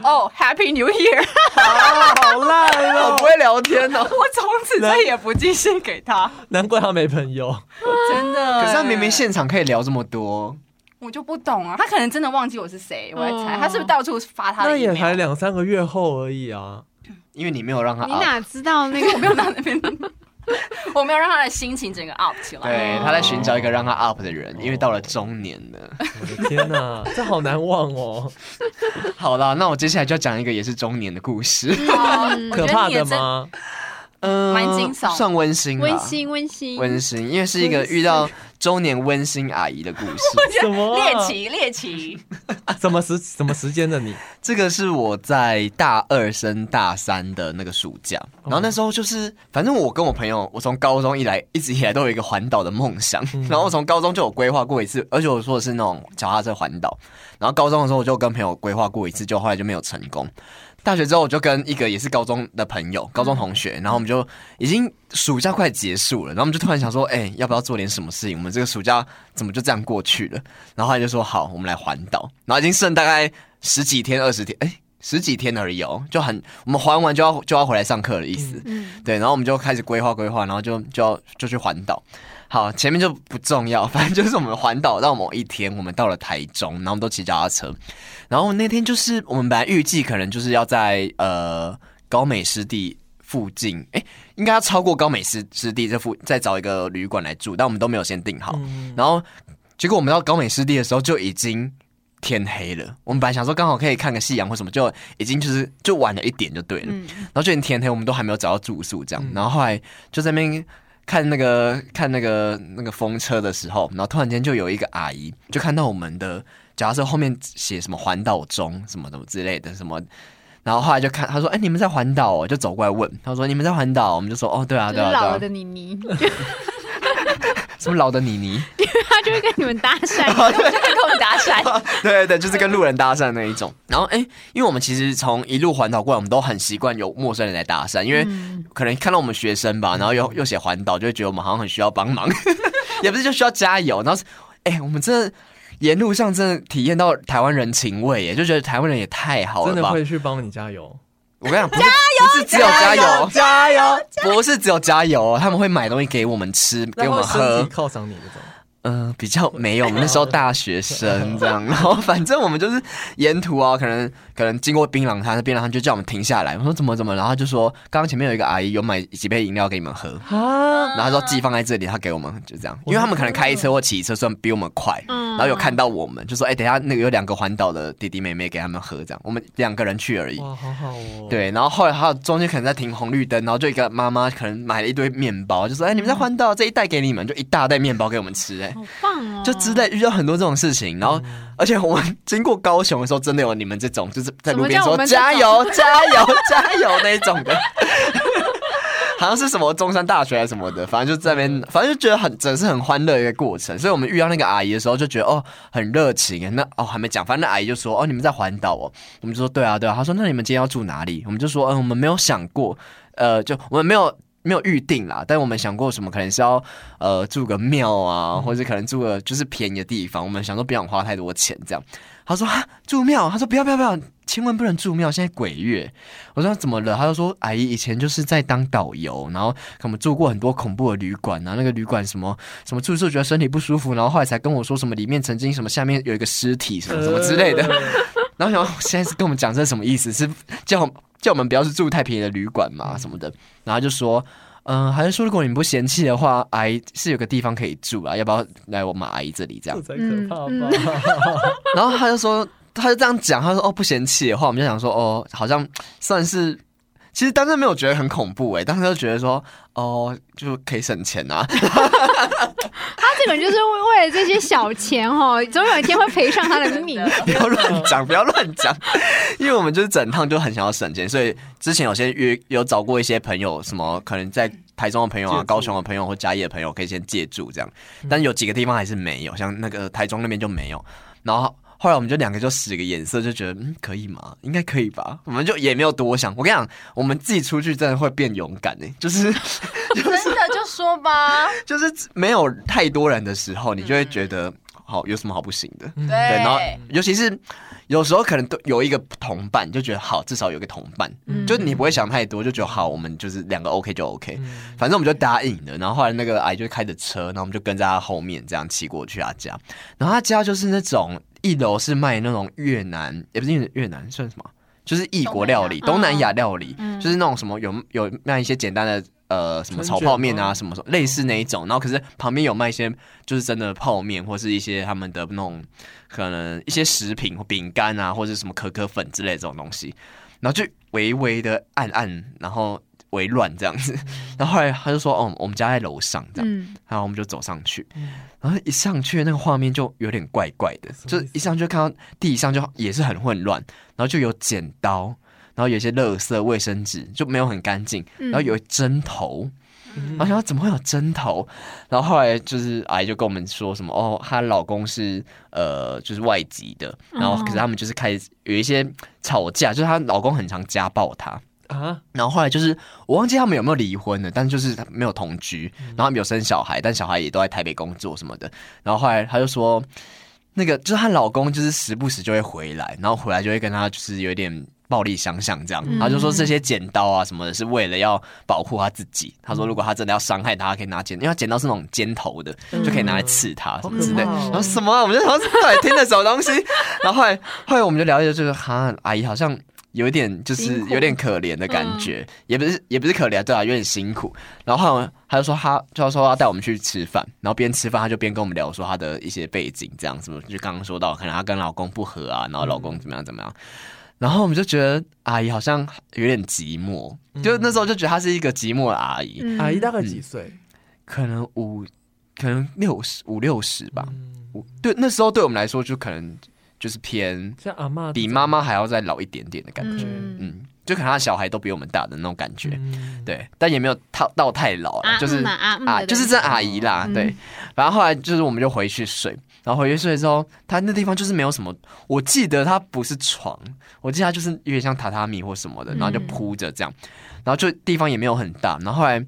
Speaker 2: 哦，Happy New Year。
Speaker 4: 啊，好烂
Speaker 1: 我不
Speaker 4: 哦！
Speaker 1: 会聊天哦。
Speaker 2: 我从此再也不寄信给他，
Speaker 4: 难怪他没朋友。
Speaker 2: 真的。
Speaker 1: 可是他明明现场可以聊这么多，
Speaker 2: 我就不懂啊，他可能真的忘记我是谁，我在猜、
Speaker 3: 哦
Speaker 2: 他是不是到处发他
Speaker 4: 那
Speaker 2: 的 email？
Speaker 4: 也才两三个月后而已啊。
Speaker 1: 因为你没有让他
Speaker 3: 你
Speaker 1: up，
Speaker 3: 哪知道那个？
Speaker 2: 没有到那边， 我没有让他的心情整个 up 起来。
Speaker 1: 对，他在寻找一个让他 up 的人，因为到了中年了。
Speaker 4: 我的天 哪，这好难忘哦！
Speaker 1: 好啦，那我接下来就要讲一个也是中年的故事，
Speaker 2: 好我
Speaker 4: 可
Speaker 2: 觉
Speaker 4: 怕
Speaker 2: 得你也
Speaker 4: 的
Speaker 2: 真
Speaker 4: 吗？
Speaker 1: 嗯，
Speaker 2: 蛮惊悚
Speaker 1: 算温馨，
Speaker 3: 温，馨温馨，
Speaker 1: 温馨，因为是一个遇到中年温馨阿姨的故事。
Speaker 4: 什么啊
Speaker 2: 猎？奇猎奇，
Speaker 4: 什么时什么时间的你？
Speaker 1: 这个是我在大二升大三的那个暑假，然后那时候就是，反正我跟我朋友，我从高中以来一直以来都有一个环岛的梦想，然后我从高中就有规划过一次，而且我说的是那种脚踏车环岛，然后高中的时候我就跟朋友规划过一次，就后来就没有成功。大学之后，我就跟一个也是高中的朋友、高中同学，然后我们就已经暑假快结束了，然后我们就突然想说，哎、要不要做点什么事情？我们这个暑假怎么就这样过去了？然后他就说，好，我们来环岛。然后已经剩大概十几天、二十天，哎、十几天而已哦，就很我们环完就要就要回来上课的意思。
Speaker 3: 嗯，
Speaker 1: 对，然后我们就开始规划规划，然后就就要就去环岛。好，前面就不重要，反正就是我们环岛到某一天，我们到了台中，然后我们都骑脚踏车，然后那天就是我们本来预计可能就是要在呃高美湿地附近，哎，应该要超过高美湿湿地这附再找一个旅馆来住，但我们都没有先定好，
Speaker 4: 嗯，
Speaker 1: 然后结果我们到高美湿地的时候就已经天黑了，我们本来想说刚好可以看个夕阳或什么，就已经就是就晚了一点就对了，
Speaker 3: 嗯
Speaker 1: 然后就已经天黑，我们都还没有找到住宿这样
Speaker 4: 嗯，
Speaker 1: 然后后来就在那边。看那个看那个那个风车的时候，然后突然间就有一个阿姨就看到我们的脚踏车后面写什么环岛中什么什么之类的什么，然后后来就看她说：“哎、你们在环岛、哦？”就走过来问，她说：“你们在环岛？”我们就说：“哦，对啊，
Speaker 3: 就是
Speaker 1: 对啊，
Speaker 3: 老了
Speaker 1: 对啊
Speaker 3: 的妮妮，
Speaker 1: 什么老的妮妮。”
Speaker 3: 他就会跟你们搭讪，
Speaker 2: 就跟我们打起来。
Speaker 1: 对 对对，就是跟路人搭讪那一种。然后哎、诶因为我们其实从一路环岛过来，我们都很习惯有陌生人来搭讪，因为
Speaker 4: 嗯
Speaker 3: 嗯
Speaker 1: 可能看到我们学生吧，然后又又 写环岛，就会觉得我们好像很需要帮忙，也不是就需要加油。然后哎、诶我们真的沿路上真的体验到台湾人情味耶，就觉得台湾人也太好
Speaker 4: 真
Speaker 1: 了
Speaker 4: 的
Speaker 1: 吧！
Speaker 4: 会去帮你加油。
Speaker 1: 我跟你讲，不是不是只有加油，
Speaker 4: 加油！
Speaker 1: 不是只有加油哦，他们会买东西给我们吃，给
Speaker 4: 然
Speaker 1: 我
Speaker 4: 后
Speaker 1: 们
Speaker 4: 身
Speaker 1: 喝
Speaker 4: 体。犒赏你那种。
Speaker 1: 嗯、比较没有，我们那时候大学生这样，然后 反正我们就是沿途啊，可能可能经过槟榔摊，槟榔摊就叫我们停下来，我说怎么怎么，然后他就说刚刚前面有一个阿姨有买几杯饮料给你们喝。
Speaker 4: 啊，
Speaker 1: 然后他说寄放在这里，他给我们就这样，因为他们可能开车或骑车，算比我们快，
Speaker 3: 嗯
Speaker 1: 然后有看到我们，就说哎、等一下那个有两个环岛的弟弟妹妹给他们喝，这样我们两个人去而已。
Speaker 4: 哇，好好哦。，
Speaker 1: 对，然后后来还有中间可能在停红绿灯，然后就一个妈妈可能买了一堆面包，就说：“哎、你们在环岛这一袋给你们，就一大袋面包给我们吃、哎，
Speaker 3: 好棒哦！
Speaker 1: 就之类遇到很多这种事情。然后，而且我们经过高雄的时候，真的有你们这种， 就是在路边
Speaker 3: 什
Speaker 1: 说
Speaker 3: 么叫我们这种
Speaker 1: 加油、 加油、加油那一种的。 好像是什么中山大学还是什么的，反正就在那边，反正就觉得很，真是很欢乐的一个过程。所以我们遇到那个阿姨的时候，就觉得哦，很热情。那哦还没讲，反正那阿姨就说哦，你们在环岛哦，我们就说对啊对啊。她说那你们今天要住哪里？我们就说嗯，我们没有想过，呃，就我们没有没有预定啦，但我们想过什么，可能是要呃住个庙啊，或者可能住个就是便宜的地方。我们想说不想花太多钱这样。他说啊住庙，他说不要不要不要，千万不能住庙，现在鬼月。我说怎么了？他就说阿姨以前就是在当导游，然后我们住过很多恐怖的旅馆，然后那个旅馆什么什么住一住觉得身体不舒服，然后后来才跟我说什么里面曾经什么下面有一个尸体什么什么之类的。
Speaker 4: 呃
Speaker 1: 然后想说现在是跟我们讲这是什么意思？是叫我们叫我们不要去住太便宜的旅馆嘛什么的。然后就说，嗯、还是说如果你们不嫌弃的话，阿姨是有个地方可以住啊，要不要来我们阿姨这里这样
Speaker 4: 这？才可怕
Speaker 3: 嗯
Speaker 4: 吧？
Speaker 1: 然后他就说，他就这样讲，他说哦不嫌弃的话，我们就想说哦，好像算是。其实当时没有觉得很恐怖诶、当时就觉得说，哦，就可以省钱啊，
Speaker 3: 他这个人就是为为了这些小钱哦，总有一天会赔上他的 命。
Speaker 1: 不要乱讲，不要乱讲，因为我们就是整趟就很想要省钱，所以之前有些约有找过一些朋友，什么可能在台中的朋友
Speaker 4: 借
Speaker 1: 啊、
Speaker 4: 住嗯
Speaker 1: 高雄的朋友或嘉义的朋友可以先借住这样，但有几个地方还是没有，像那个台中那边就没有，然后。后来我们就两个就使个眼色，就觉得嗯可以吗？应该可以吧。我们就也没有多想。我跟你讲，我们自己出去真的会变勇敢诶、就是
Speaker 2: 真的就说吧，
Speaker 1: 就是没有太多人的时候，你就会觉得好有什么好不行的。
Speaker 4: 嗯
Speaker 2: 对
Speaker 1: 对，然后尤其是有时候可能都有一个同伴，就觉得好，至少有个同伴，
Speaker 3: 嗯
Speaker 1: 就你不会想太多，就觉得好，我们就是两个 OK 就 OK，、
Speaker 4: 嗯
Speaker 1: 反正我们就答应了。然后后来那个阿姨就开着车，然后我们就跟在她后面这样骑过去她家，然后她家就是那种一楼是卖那种越南，也不是越越南算什么，就是异国料理、东
Speaker 3: 东南亚
Speaker 1: 南亚料理，
Speaker 3: 嗯
Speaker 1: 就是那种什么有有卖一些简单的。呃，什么
Speaker 4: 春
Speaker 1: 炒
Speaker 4: 卷
Speaker 1: 泡面
Speaker 4: 吗
Speaker 1: 啊，什么什么类似那一种，然后可是旁边有卖一些就是真的泡面，或是一些他们的那种可能一些食品、饼干啊，或者什么可可粉之类的这种东西，然后就微微的暗暗，然后微乱这样子。 然后后来他就说：“哦，我们家在楼上这样。
Speaker 3: 嗯，
Speaker 1: 然后我们就走上去
Speaker 4: 嗯，
Speaker 1: 然后一上去那个画面就有点怪怪的，
Speaker 4: 什么意思
Speaker 1: 就是一上去就看到地上就也是很混乱，然后就有剪刀，然后有一些垃圾、卫生纸就没有很干净，
Speaker 3: 嗯
Speaker 1: 然后有针头，
Speaker 4: 嗯
Speaker 1: 然后想到怎么会有针头？然后后来就是阿姨就跟我们说什么哦，她老公是呃就是外籍的，然后可是他们就是开始有一些吵架，就是她老公很常家暴她。
Speaker 4: 啊，
Speaker 1: 然后后来就是我忘记他们有没有离婚了，但就是没有同居，
Speaker 4: 嗯
Speaker 1: 然后他们有生小孩，但小孩也都在台北工作什么的。然后后来她就说，那个就是她老公就是时不时就会回来，然后回来就会跟她就是有点暴力相向这样。
Speaker 3: 嗯
Speaker 1: 她就说这些剪刀啊什么的是为了要保护她自己。她
Speaker 4: 嗯
Speaker 1: 说如果她真的要伤害她，可以拿剪，因为她剪刀是那种尖头的，就可以拿来刺她什么之类的。
Speaker 4: 嗯好可怕哦
Speaker 1: 然后什么、啊？我们就想说到底听的什么东西？ 然后后来后来我们就聊一聊，就是哈阿姨好像。有一点就是
Speaker 3: 辛苦
Speaker 1: 有点可怜的感觉，
Speaker 3: 嗯
Speaker 1: 也不是也不是可怜，对啊，有点辛苦。然后后来他就说他，就说要带我们去吃饭，然后边吃饭他就边跟我们聊说他的一些背景，这样什么，就刚刚说到可能她跟老公不和啊，然后老公怎么样怎么样。
Speaker 3: 嗯
Speaker 1: 然后我们就觉得阿姨好像有点寂寞，就那时候就觉得她是一个寂寞的阿姨，
Speaker 3: 嗯
Speaker 4: 阿姨大概几岁？
Speaker 1: 可能五，可能六十五六十吧。
Speaker 4: 嗯
Speaker 1: 五对，那时候对我们来说就可能就是偏
Speaker 4: 像阿妈
Speaker 1: 比妈妈还要再老一点点的感觉，
Speaker 3: 嗯
Speaker 1: 嗯，就可能她小孩都比我们大的那种感觉，
Speaker 4: 嗯，
Speaker 1: 对，但也没有到到太老
Speaker 3: 啊
Speaker 1: 了，就是
Speaker 3: 嗯啊啊嗯
Speaker 1: 啊，
Speaker 3: 的
Speaker 1: 就是这阿姨啦，
Speaker 3: 嗯
Speaker 1: 对。然后后来就是我们就回去睡，然后回去睡之后，她那地方就是没有什么，我记得它不是床，我记得它就是有点像榻榻米或什么的，
Speaker 3: 嗯
Speaker 1: 然后就铺着这样，然后就地方也没有很大。然后后来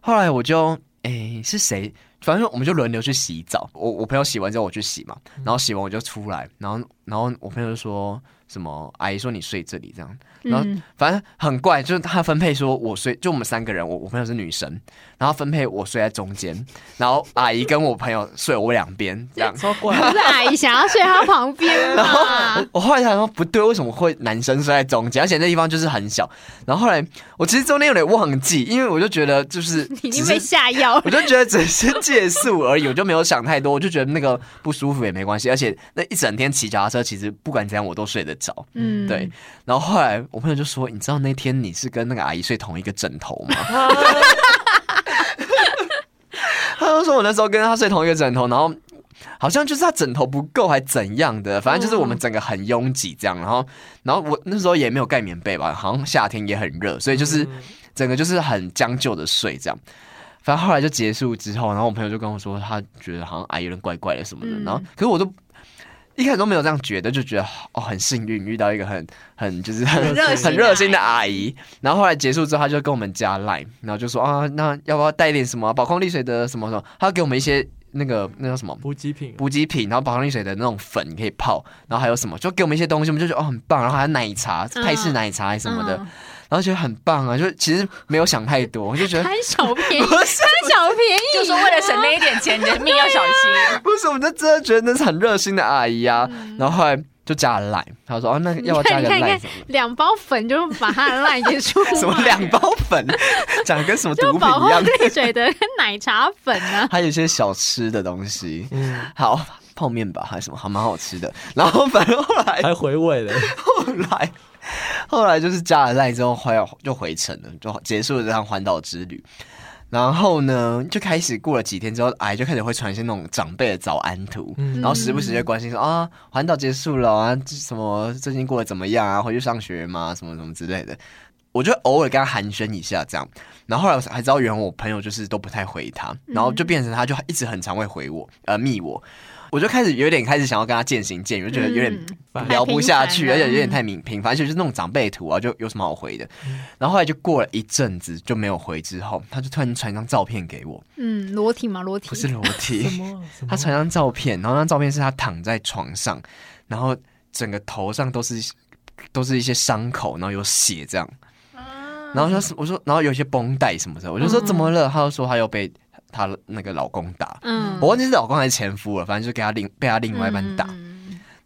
Speaker 1: 后来我就诶、是谁？反正我们就轮流去洗澡。我我朋友洗完之后我去洗嘛，
Speaker 3: 嗯
Speaker 1: 然后洗完我就出来，然后然后我朋友就说什么阿姨说你睡这里这样，然后
Speaker 3: 嗯
Speaker 1: 反正很怪，就是他分配说我睡就我们三个人，我我朋友是女生，然后分配我睡在中间，然后阿姨跟我朋友睡我两边这样。
Speaker 4: 超怪。
Speaker 3: 不是阿姨想要睡他旁边
Speaker 1: 然后
Speaker 3: 嘛？
Speaker 1: 我后来想说不对，为什么会男生睡在中间？而且那地方就是很小。然后后来我其实中间有点忘记，因为我就觉得就是
Speaker 3: 你已
Speaker 1: 只
Speaker 3: 经被
Speaker 1: 是
Speaker 3: 下药了
Speaker 1: 我。就觉得只是借宿而已，我就没有想太多，我就觉得那个不舒服也没关系，而且那一整天骑脚踏车，其实不管怎样我都睡得着。
Speaker 3: 嗯，
Speaker 1: 对，然后后来我朋友就说：“你知道那天你是跟那个阿姨睡同一个枕头吗？”他就说我那时候跟她睡同一个枕头，然后好像就是她枕头不够还怎样的，反正就是我们整个很拥挤这样。然后，然后我那时候也没有盖棉被吧，好像夏天也很热，所以 就是
Speaker 4: 嗯
Speaker 1: 整个就是很将就的睡这样。反正后来就结束之后，然后我朋友就跟我说，他觉得好像啊阿姨有点怪怪的什么的。
Speaker 3: 嗯
Speaker 1: 然后，可是我都一开始都没有这样觉得，就觉得哦很幸运遇到一个很很就是很
Speaker 4: 热心的
Speaker 1: 很热心的阿姨。然后后来结束之后，他就跟我们加 line，然后就说啊，那要不要带一点什么宝矿力水的什么什么？他给我们一些那个那叫什么
Speaker 4: 补给品，
Speaker 1: 补给品，然后宝矿力水的那种粉可以泡，然后还有什么，就给我们一些东西，我们就觉得哦很棒。然后还有奶茶，
Speaker 3: 嗯
Speaker 1: 泰式奶茶还是什么的，
Speaker 3: 嗯
Speaker 1: 然后觉得很棒啊，就其实没有想太多，我就觉得。
Speaker 3: 贪小便 宜，
Speaker 1: 不是
Speaker 3: 贪小便宜，
Speaker 2: 就说为了省那一点钱，你的命要小心。
Speaker 1: 不是，我们就真的觉得那是很热心的阿姨啊。然后后来就加了 line，他说：“哦， 那要不要加个
Speaker 3: 嗯你看你看
Speaker 1: line
Speaker 3: 你看
Speaker 1: 什么
Speaker 3: 两包粉就把它的烂给 出
Speaker 1: 的？”什么
Speaker 3: 来
Speaker 1: 两包粉，讲得跟什么毒
Speaker 3: 就
Speaker 1: 品
Speaker 3: 保
Speaker 1: 一
Speaker 3: 护
Speaker 1: 样？？
Speaker 3: 泪水的奶茶粉呢
Speaker 1: 还有一些小吃的东西，
Speaker 4: 嗯，
Speaker 1: 好泡面吧，还是什么，还蛮好吃的。然后反正后来
Speaker 4: 还回 味了。
Speaker 1: 后来后来就是加了 line 之后，后来就回程了，就结束了这趟环岛之旅。然后呢，就开始过了几天之后，哎阿姨就开始会传一些那种长辈的早安图，
Speaker 4: 嗯
Speaker 1: 然后时不时就关心说啊，环岛结束了啊，这什么最近过得怎么样啊？回去上学吗？什么什么之类的。我就偶尔跟他寒暄一下这样，然后后来我才知道，原来我朋友就是都不太回他，然后就变成他就一直很常会回我，呃，密我。我就开始有点开始想要跟他渐行渐远，就觉得有点
Speaker 3: 嗯
Speaker 4: 烦
Speaker 1: 聊不下去，
Speaker 3: 太
Speaker 1: 而
Speaker 3: 频繁了
Speaker 1: 且有点太频频繁，而且就是那种长辈图啊，就有什么好回的。
Speaker 3: 嗯
Speaker 1: 然后后来就过了一阵子就没有回，之后他就突然传一张照片给我，
Speaker 3: 嗯，裸体嘛，裸体
Speaker 1: 不是裸
Speaker 4: 什
Speaker 1: 体，
Speaker 4: 么？啊什么
Speaker 1: 他传张照片，然后那张照片是他躺在床上，然后整个头上都是都是一些伤口，然后有血这样。然后说是我说，然后有一些绷带什么的，我就说
Speaker 3: 啊嗯
Speaker 1: 怎么了？他就说他又被她那个老公打，
Speaker 3: 嗯，
Speaker 1: 我忘记是老公还是前夫了，反正就给他另被他另外一半打。
Speaker 3: 嗯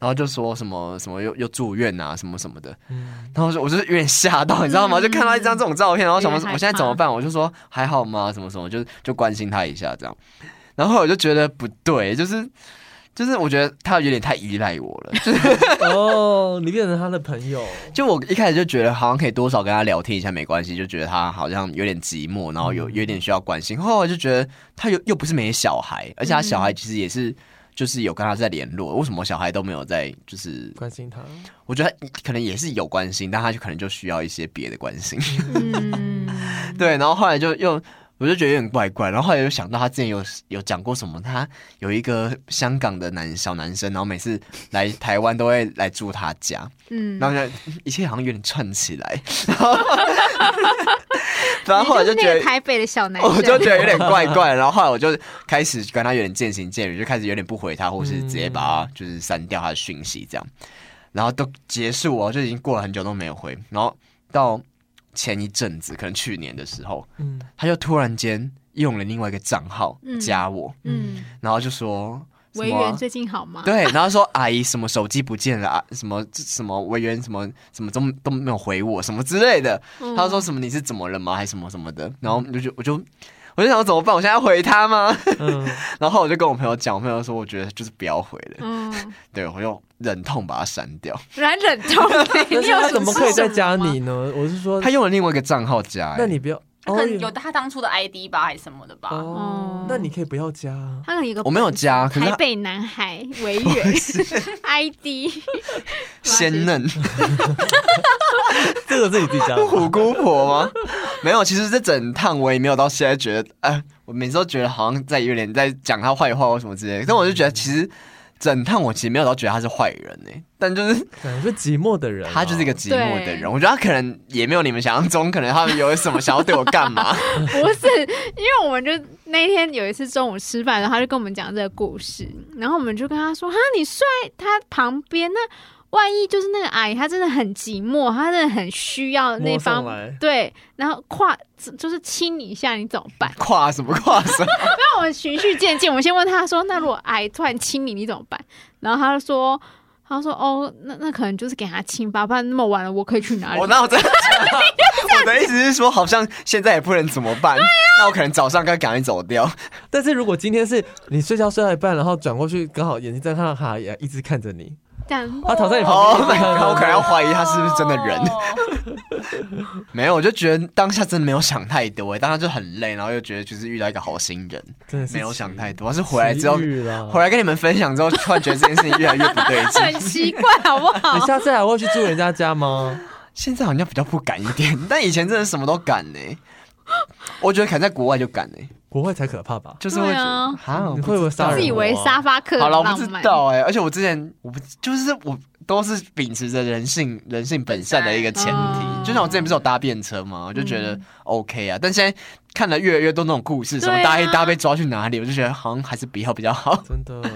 Speaker 1: 然后就说什么什么又又住院啊，什么什么的。
Speaker 4: 嗯
Speaker 1: 然后我就我就是有点吓到，你知道吗？
Speaker 3: 嗯
Speaker 1: 就看到一张这种照片，然后
Speaker 3: 有
Speaker 1: 什
Speaker 3: 点
Speaker 1: 么
Speaker 3: 害
Speaker 1: 我现在怎么
Speaker 3: 怕
Speaker 1: 办？我就说还好吗？什么什么，就就关心他一下这样。然后我就觉得不对，就是就是我觉得他有点太依赖我了， 就是
Speaker 4: 哦，你变成他的朋友，
Speaker 1: 就我一开始就觉得好像可以多少跟他聊天一下没关系，就觉得他好像有点寂寞，然后
Speaker 3: 嗯
Speaker 1: 有有点需要关心。后来就觉得他又又不是没小孩，而且他小
Speaker 3: 嗯
Speaker 1: 孩其实也是。就是有跟他在联络，为什么小孩都没有在？就是
Speaker 4: 关心他。
Speaker 1: 我觉得他可能也是有关心，但他就可能就需要一些别的关心。
Speaker 3: 嗯，
Speaker 1: 对，然后后来就又我就觉得有点怪怪，然后后来又想到他之前有有讲过什么，他有一个香港的男小男生，然后每次来台湾都会来住他家，
Speaker 3: 嗯
Speaker 1: 然后就一切好像有点串起来， 然后然后后来就
Speaker 3: 你是
Speaker 1: 觉
Speaker 3: 那个
Speaker 1: 得。哦
Speaker 3: 台北的小男生，嗯
Speaker 1: 我就觉得有点怪怪，然后后来我就开始跟他有点渐行渐远，就开始有点不回他，或是直接把他
Speaker 3: 嗯
Speaker 1: 就是删掉他的讯息这样。然后都结束哦，就已经过了很久都没有回。然后到前一阵子，可能去年的时候，
Speaker 4: 嗯，
Speaker 1: 他就突然间用了另外一个账号
Speaker 3: 嗯
Speaker 1: 加我，
Speaker 3: 嗯，
Speaker 1: 然后就说什
Speaker 3: 维
Speaker 1: 么
Speaker 3: 园
Speaker 1: 啊。
Speaker 3: 最近好吗？
Speaker 1: 对，然后说阿姨什么手机不见了啊，什么什么委员什么什么都都没有回我什么之类的，
Speaker 3: 嗯，
Speaker 1: 他说什么你是怎么了吗？还是什么什么的，然后我就觉我就我就想说怎么办？我现在要回他吗？
Speaker 4: 嗯，
Speaker 1: 然后我就跟我朋友讲，我朋友说我觉得就是不要回了，
Speaker 3: 嗯，
Speaker 1: 对我就忍痛把它删掉。
Speaker 3: 然忍 痛，你
Speaker 4: 但是
Speaker 3: 有
Speaker 4: 他怎么可以再加
Speaker 3: 什么
Speaker 4: 你呢？我是说，
Speaker 1: 他用了另外一个账号加、欸
Speaker 4: 那你不要，
Speaker 2: 他可
Speaker 4: 哦
Speaker 2: 能有他当初的 ID 吧，还是什么的吧。
Speaker 4: 哦
Speaker 1: 嗯
Speaker 3: 哦，
Speaker 4: 那你可以不要 加啊。
Speaker 3: 他可能有个
Speaker 1: 我没有加，可是
Speaker 3: 台
Speaker 1: 他
Speaker 3: 北男孩维园 ID，
Speaker 1: 鲜嫩
Speaker 4: 这个自己自己加吧。
Speaker 1: 虎姑婆吗？ 没有，其实这整趟我也没有到现在呃觉得，哎、我每次都觉得好像在有点在讲他坏话或什么之类的，但我就觉得其实。整趟我其实没有到觉得他是坏人呢、但就是
Speaker 4: 对，我觉得寂寞的人啊、
Speaker 1: 他就是一个寂寞的
Speaker 3: 对
Speaker 1: 人。我觉得他可能也没有你们想象中，可能他们有什么想要对我干嘛。
Speaker 3: 不是，因为我们就那天有一次中午吃饭，然后他就跟我们讲这个故事，然后我们就跟他说：“哈，你睡他旁边，那万一就是那个阿姨，她真的很寂寞，她真的很需要那
Speaker 4: 摸上
Speaker 3: 方
Speaker 4: 来
Speaker 3: 对，然后跨就是亲你一下，你怎么办？”
Speaker 1: 跨什么跨什么？
Speaker 3: 那我们循序渐进，我们先问他说：“那如果阿姨突然亲你，你怎么办？”然后他就说。他说：“哦，那那可能就是给他亲吧，不然那么晚了，我可以去哪里？”
Speaker 1: 我哦那我真的，我的意思是说，好像现在也不能怎么办。那我可能早上该赶紧走掉。
Speaker 4: 但是如果今天是你睡觉睡到一半，然后转过去，刚好眼睛在他的卡也一直看着你，
Speaker 3: 但
Speaker 4: 他躺在你旁
Speaker 1: Oh
Speaker 4: 边
Speaker 1: my
Speaker 4: 一直看
Speaker 1: god！
Speaker 4: 着
Speaker 1: 我可能
Speaker 4: 你，
Speaker 1: 要 怀疑他是不是真的人。
Speaker 2: 哦
Speaker 1: 没有，我就觉得当下真的没有想太多、当下就很累，然后又觉得就是遇到一个好心人，
Speaker 4: 真的是
Speaker 1: 没有想太多。是回来之后
Speaker 4: 奇，遇啦
Speaker 1: 回来跟你们分享之后，突然觉得这件事情越来越不对劲。
Speaker 3: 很奇怪，好不好？
Speaker 4: 你下次还会去住人家家吗？
Speaker 1: 现在好像比较不敢一点， 但以前真的什么都敢呢、我觉得可能在国外就敢呢、欸
Speaker 4: 国外才可怕吧？
Speaker 1: 就是会觉
Speaker 3: 对
Speaker 1: 得
Speaker 3: 啊
Speaker 1: 啊
Speaker 4: 你会不会杀人？啊
Speaker 3: 自以为沙发客
Speaker 1: 好
Speaker 3: 很
Speaker 1: 了，我不
Speaker 3: 浪
Speaker 1: 知
Speaker 3: 漫，
Speaker 1: 道哎、而且我之前我不就是我都是秉持着人性人性本善的一个前提，
Speaker 3: 嗯
Speaker 1: 就像我之前不是有搭便车嘛，我就觉得 OK 啊，但现在看了越来越多那种故事，什么
Speaker 3: 对啊
Speaker 1: 搭黑搭被抓去哪里，我就觉得好像还是不要比较好。
Speaker 4: 真的，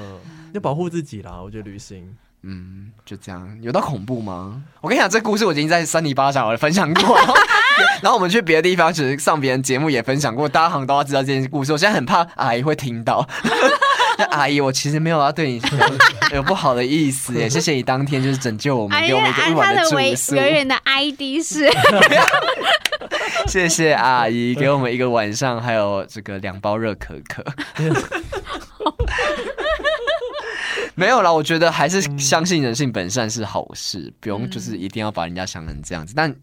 Speaker 4: 要保护自己啦。我觉得旅行，
Speaker 1: 嗯，就这样，有到恐怖吗？我跟你讲，这故事我已经在三里八掌我分享过。 然后然后我们去别的地方，其实上别人节目也分享过，大家好像都要知道这件故事。我现在很怕阿姨会听 到。那阿姨，我其实没有要对你有不好的意思耶，谢谢你当天就是拯救我们，
Speaker 3: 哎
Speaker 1: 给我们一
Speaker 3: 呀，
Speaker 1: 个
Speaker 3: 哎
Speaker 1: 一
Speaker 3: 他
Speaker 1: 晚
Speaker 3: 的
Speaker 1: 住
Speaker 3: 维
Speaker 1: 宿。
Speaker 3: 远远的 ID 是
Speaker 1: 谢谢阿姨，给我们一个晚上，还有这个两包热可可。 没有啦，我觉得还是相信人性本善是好
Speaker 3: 嗯
Speaker 1: 事，不用就是一定要把人家想成这样子。但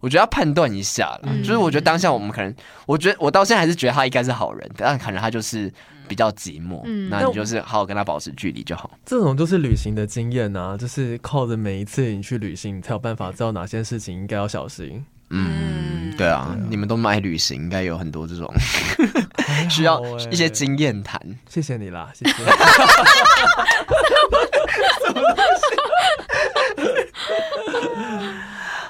Speaker 1: 我觉得要判断一下啦，
Speaker 3: 嗯
Speaker 1: 就是我觉得当下我们可能，我觉得我到现在还是觉得他应该是好人，但可能他就是比较寂寞，
Speaker 3: 嗯
Speaker 1: 那你就是好好跟他保持距离就好。
Speaker 4: 这种就是旅行的经验啊，就是靠着每一次你去旅行，你才有办法知道哪些事情应该要小心。
Speaker 1: 嗯
Speaker 2: 嗯，
Speaker 1: 对啊，你们都蛮爱旅行，应该有很多这 种需要
Speaker 4: 还好欸
Speaker 1: 一些经验谈。
Speaker 4: 谢谢你啦，谢谢。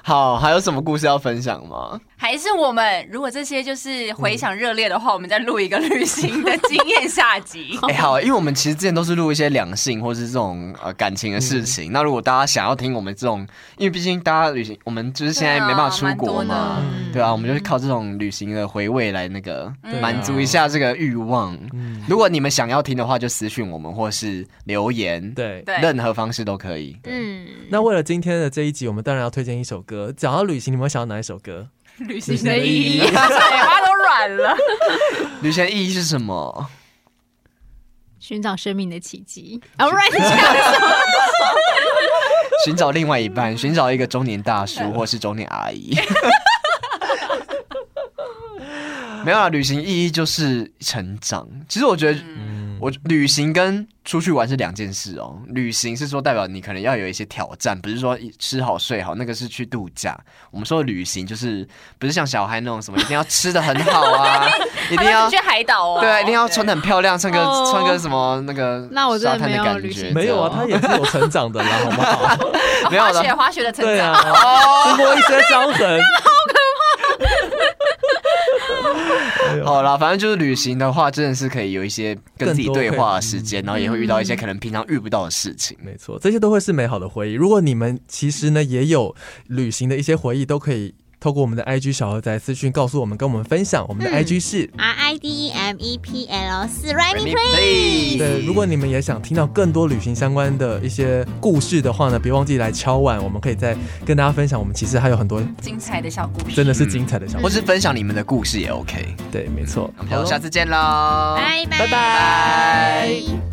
Speaker 1: 好，还有什么故事要分享吗？
Speaker 2: 还是我们如果这些就是回想热烈的话，我们再录一个旅行的经验 下集。
Speaker 1: 哎、好，因为我们其实之前都是录一些两性或是这种呃感情的事情。
Speaker 2: 嗯
Speaker 1: 那如果大家想要听我们这种，因为毕竟大家旅行，我们就是现在没办法出国
Speaker 2: 对啊
Speaker 1: 嘛
Speaker 2: 蛮多，
Speaker 1: 对啊，我们就是靠这种旅行的回味来那个
Speaker 4: 嗯
Speaker 1: 满足一下这个欲望。
Speaker 4: 嗯，
Speaker 1: 如果你们想要听的话，就私讯我们或是留言，
Speaker 4: 对。
Speaker 2: 对
Speaker 1: 任何方式都可以。
Speaker 3: 嗯，
Speaker 4: 那为了今天的这一集，我们当然要推荐一首歌。讲到旅行，你们会想到哪一首歌？
Speaker 2: 旅行
Speaker 4: 行
Speaker 2: 的
Speaker 4: 的
Speaker 2: 意
Speaker 4: 意
Speaker 2: 义，
Speaker 4: 义
Speaker 2: 嘴巴都软 了。
Speaker 1: 旅行的意义是什么？
Speaker 3: 寻找生命的奇迹。All right，
Speaker 1: 寻找另外一半，寻找一个中年大 叔或是中年阿姨。 没有啊，旅行意义就是成长。其实我觉得，
Speaker 3: 嗯
Speaker 1: 我旅行跟出去玩是两件事哦。旅行是说代表你可能要有一些挑战，不是说一吃好睡好，那个是去度假。我们说的旅行就是不是像小孩那种什么一定要吃的很好 啊，一定要
Speaker 2: 去海岛哦，
Speaker 1: 对啊，一定要穿的很漂亮，穿个
Speaker 3: 哦
Speaker 1: 穿个什么那个
Speaker 3: 那我真
Speaker 1: 沙
Speaker 3: 的
Speaker 1: 滩
Speaker 3: 没有
Speaker 1: 感
Speaker 3: 旅
Speaker 1: 觉
Speaker 3: 行
Speaker 1: 这
Speaker 4: 没有啊，
Speaker 1: 样
Speaker 4: 他也是有成长的啦，好不好？
Speaker 2: 哦
Speaker 1: 没有
Speaker 2: 滑
Speaker 1: 的
Speaker 2: 雪滑雪的成
Speaker 4: 对
Speaker 2: 长。
Speaker 4: 啊，经过一些伤痕，
Speaker 1: 好啦，反正就是旅行的话，真的是可以有一些跟自己对话的时
Speaker 4: 嗯
Speaker 1: 间，然后也会遇到一些可能平常遇不到的事情。
Speaker 4: 没错，这些都会是美好的回忆。如果你们其实呢也有旅行的一些回忆，都可以透过我们的 IG 小盒仔私讯告诉我们，跟我们分享。我们的
Speaker 3: 嗯
Speaker 4: IG 是、
Speaker 5: R I D E M E P L 四 r i m e
Speaker 1: Please
Speaker 4: 对，如果你们也想听到更多旅行相关的一些故事的话呢，别忘记来敲碗，我们可以再跟大家分享。我们其实还有很多
Speaker 2: 精彩的小故事，
Speaker 4: 真的是精彩的小故
Speaker 1: 或
Speaker 4: 事。
Speaker 1: 是分享你们的故事也 OK。
Speaker 4: 对，没错
Speaker 1: 那。我们就下次见喽，
Speaker 5: 拜拜
Speaker 1: 拜拜。
Speaker 5: 拜。